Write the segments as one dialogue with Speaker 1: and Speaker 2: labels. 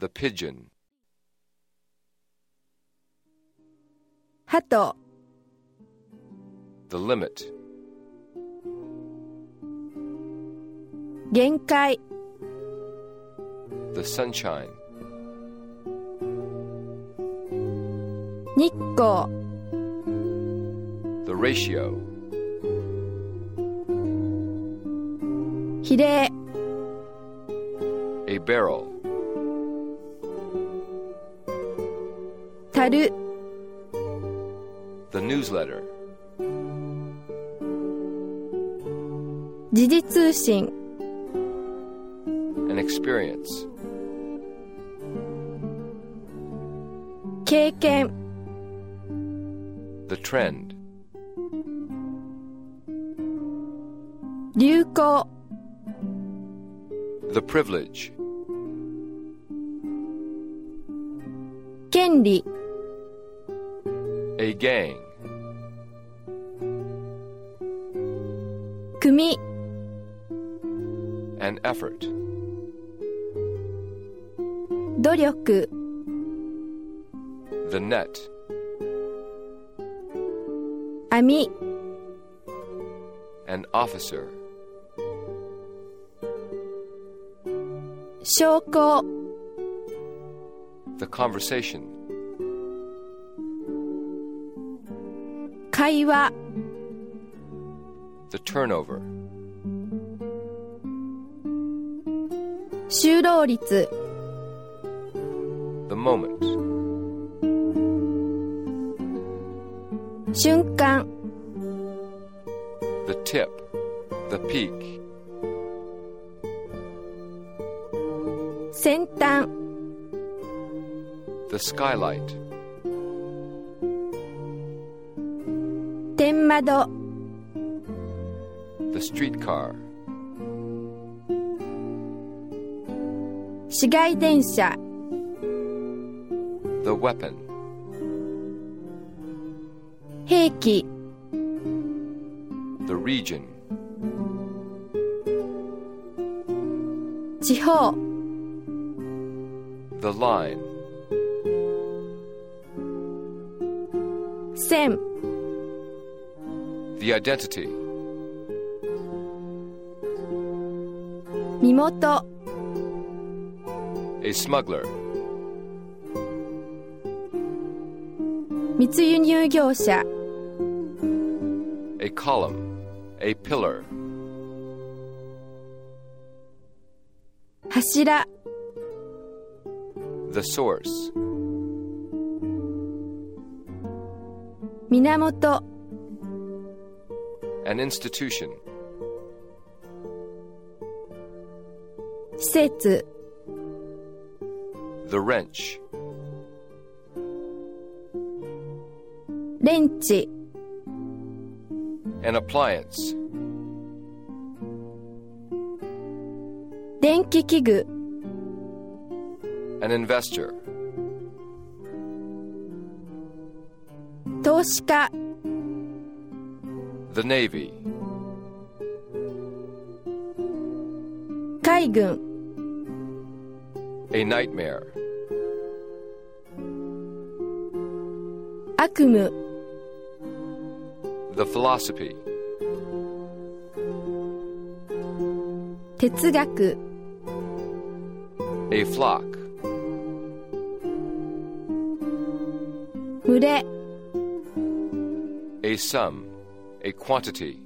Speaker 1: the pigeon,
Speaker 2: 鳩
Speaker 1: the limit,
Speaker 2: 限界
Speaker 1: the sunshine,
Speaker 2: 日光
Speaker 1: the ratio,
Speaker 2: 比例
Speaker 1: a barrel,
Speaker 2: 樽
Speaker 1: the newsletter,
Speaker 2: 時事通信
Speaker 1: an experience,
Speaker 2: 経験
Speaker 1: the trend,
Speaker 2: 流行
Speaker 1: the privilege,
Speaker 2: 権利
Speaker 1: a gang,
Speaker 2: 組
Speaker 1: an effort,
Speaker 2: 努力
Speaker 1: the net,
Speaker 2: 網
Speaker 1: an officer,
Speaker 2: 証拠
Speaker 1: the conversation,
Speaker 2: 会話
Speaker 1: the turnover,
Speaker 2: 就労率
Speaker 1: the moment,
Speaker 2: 瞬間
Speaker 1: the tip, the peak,
Speaker 2: 先端
Speaker 1: the skylight,
Speaker 2: 天窓
Speaker 1: the streetcar,
Speaker 2: 市街電車
Speaker 1: the weapon,
Speaker 2: 兵器
Speaker 1: the region,
Speaker 2: 地方
Speaker 1: the line,
Speaker 2: 線
Speaker 1: the identity,
Speaker 2: 身元
Speaker 1: a smuggler,
Speaker 2: 密輸入業者
Speaker 1: a column, a pillar,
Speaker 2: 柱
Speaker 1: the source,
Speaker 2: 源
Speaker 1: an institution,
Speaker 2: 施設
Speaker 1: the wrench,
Speaker 2: レンチ
Speaker 1: an appliance,
Speaker 2: 電気器具
Speaker 1: an investor,
Speaker 2: 投資家
Speaker 1: the navy,
Speaker 2: 海軍
Speaker 1: a nightmare,
Speaker 2: 悪夢
Speaker 1: the philosophy,
Speaker 2: 哲学
Speaker 1: a flock,
Speaker 2: 群れ
Speaker 1: a sum, a quantity,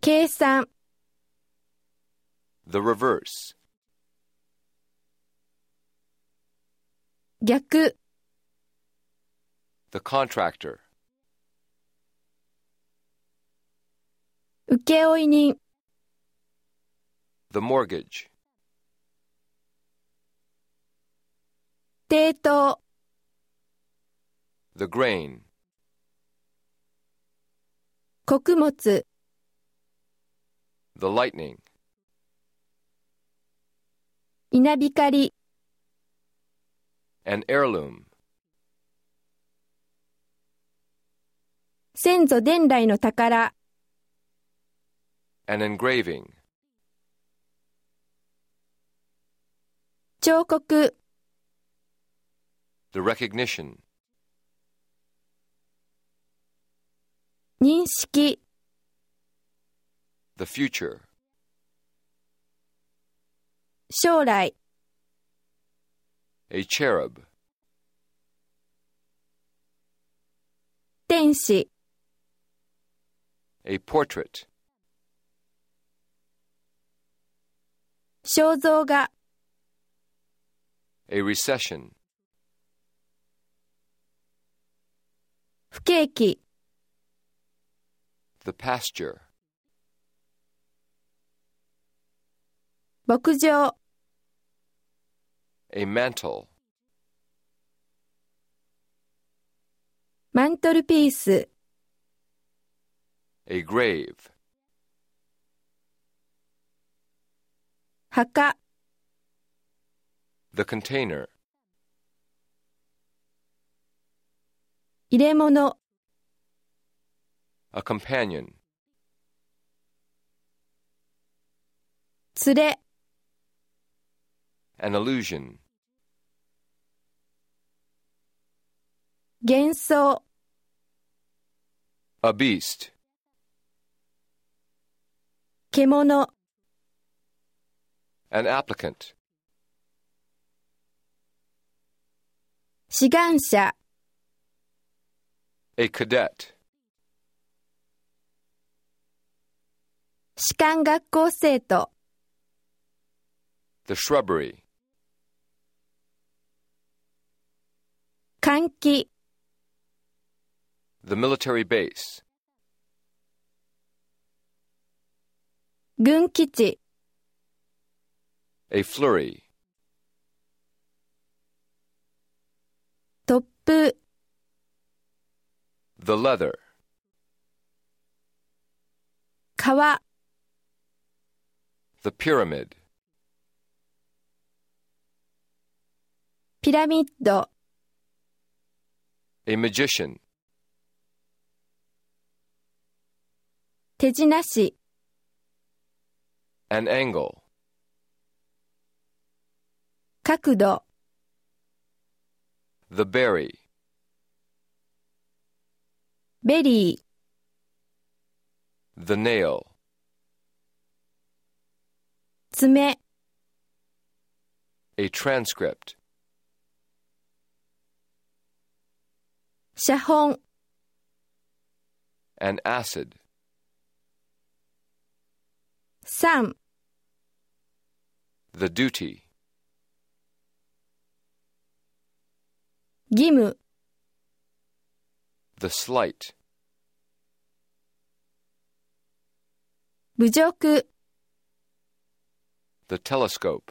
Speaker 2: 計算
Speaker 1: the reverse,
Speaker 2: 逆
Speaker 1: the contractor,
Speaker 2: 請負人
Speaker 1: the mortgage,
Speaker 2: 抵当
Speaker 1: the grain,
Speaker 2: 穀物
Speaker 1: the lightning,
Speaker 2: 稲光
Speaker 1: an heirloom,
Speaker 2: 先祖伝来の宝
Speaker 1: an engraving,
Speaker 2: 彫刻、
Speaker 1: the recognition,
Speaker 2: 認識、
Speaker 1: the future,
Speaker 2: 将来、
Speaker 1: a cherub,
Speaker 2: 天使、
Speaker 1: a portrait,
Speaker 2: 肖像画、
Speaker 1: a recession,
Speaker 2: 不景気、
Speaker 1: the pasture,
Speaker 2: 牧場、
Speaker 1: a mantle,
Speaker 2: マントルピース、
Speaker 1: a grave,
Speaker 2: 墓、
Speaker 1: the container,
Speaker 2: 入れ物、
Speaker 1: a companion,
Speaker 2: 連れ、
Speaker 1: an illusion,
Speaker 2: 幻想、
Speaker 1: a beast,
Speaker 2: 獣、
Speaker 1: an applicant,
Speaker 2: 志願者、
Speaker 1: a cadet,
Speaker 2: 士官学校生徒、
Speaker 1: the shrubbery,
Speaker 2: 換気、
Speaker 1: the military base,
Speaker 2: 軍基地、
Speaker 1: a flurry,
Speaker 2: 突風、
Speaker 1: the leather,
Speaker 2: 川、
Speaker 1: the pyramid,
Speaker 2: ピラミッド、
Speaker 1: a magician,
Speaker 2: 手品師、
Speaker 1: an angle,
Speaker 2: 角度、
Speaker 1: the berry,
Speaker 2: ベリー、
Speaker 1: the nail,
Speaker 2: 爪、
Speaker 1: a transcript,
Speaker 2: 写本、
Speaker 1: an acid,
Speaker 2: 酸、
Speaker 1: the duty,
Speaker 2: 義務、
Speaker 1: the slight,
Speaker 2: 侮辱、
Speaker 1: the telescope,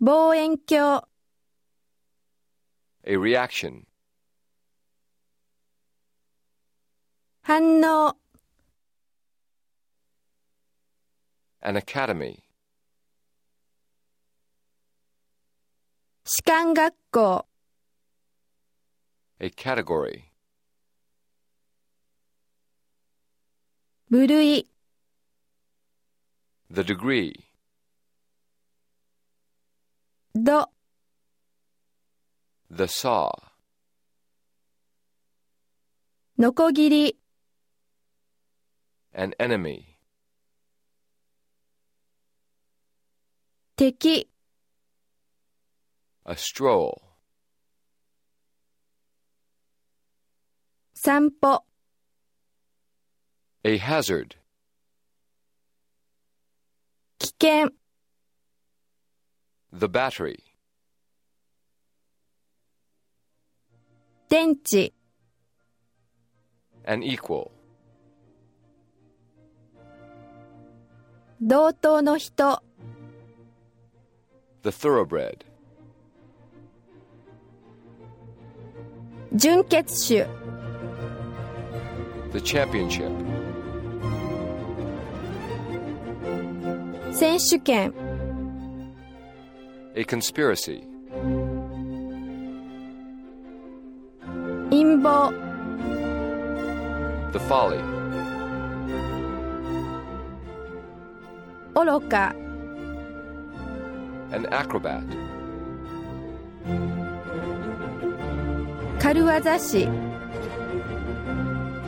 Speaker 2: 望遠鏡、
Speaker 1: a reaction,
Speaker 2: 反応、
Speaker 1: an academy,
Speaker 2: 士官学校、
Speaker 1: a category,
Speaker 2: 部類、
Speaker 1: the degree,
Speaker 2: 度、
Speaker 1: the saw,
Speaker 2: ノコギリ、
Speaker 1: an enemy,
Speaker 2: 敵、
Speaker 1: a stroll,
Speaker 2: 散歩、
Speaker 1: a hazard,
Speaker 2: 危険、
Speaker 1: the battery,
Speaker 2: 電池、
Speaker 1: an equal,
Speaker 2: 同等の人、
Speaker 1: the thoroughbred,
Speaker 2: 純血種、
Speaker 1: the championship,
Speaker 2: 選手権、
Speaker 1: a conspiracy,
Speaker 2: 陰謀、
Speaker 1: the folly,
Speaker 2: 愚か、
Speaker 1: an acrobat,
Speaker 2: 軽業師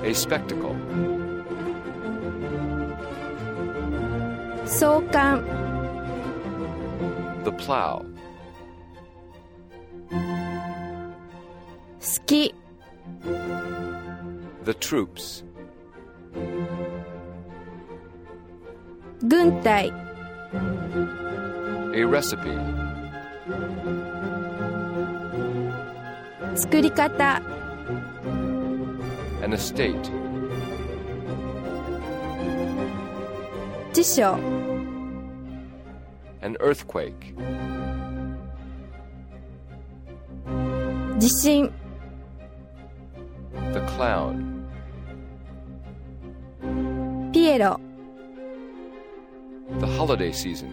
Speaker 1: a spectacle,
Speaker 2: 創刊
Speaker 1: the plow,
Speaker 2: 好き
Speaker 1: the troops,
Speaker 2: 軍隊
Speaker 1: a recipe,
Speaker 2: 作り方
Speaker 1: an estate,
Speaker 2: 辞書
Speaker 1: an earthquake,
Speaker 2: 地震
Speaker 1: the clown,
Speaker 2: ピエロ
Speaker 1: the holiday season,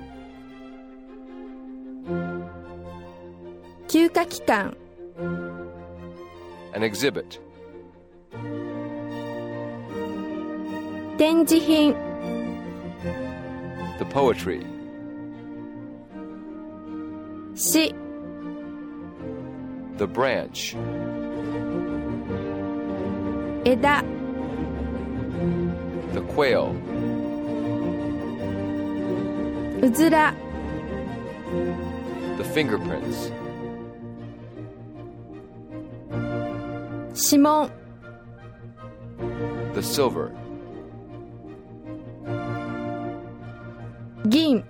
Speaker 2: 休暇期間
Speaker 1: an exhibit,
Speaker 2: 展示品
Speaker 1: the poetry,
Speaker 2: 詩
Speaker 1: the branch,
Speaker 2: 枝
Speaker 1: the quail,
Speaker 2: うずら
Speaker 1: the fingerprints,
Speaker 2: 指紋
Speaker 1: the silver,
Speaker 2: 銀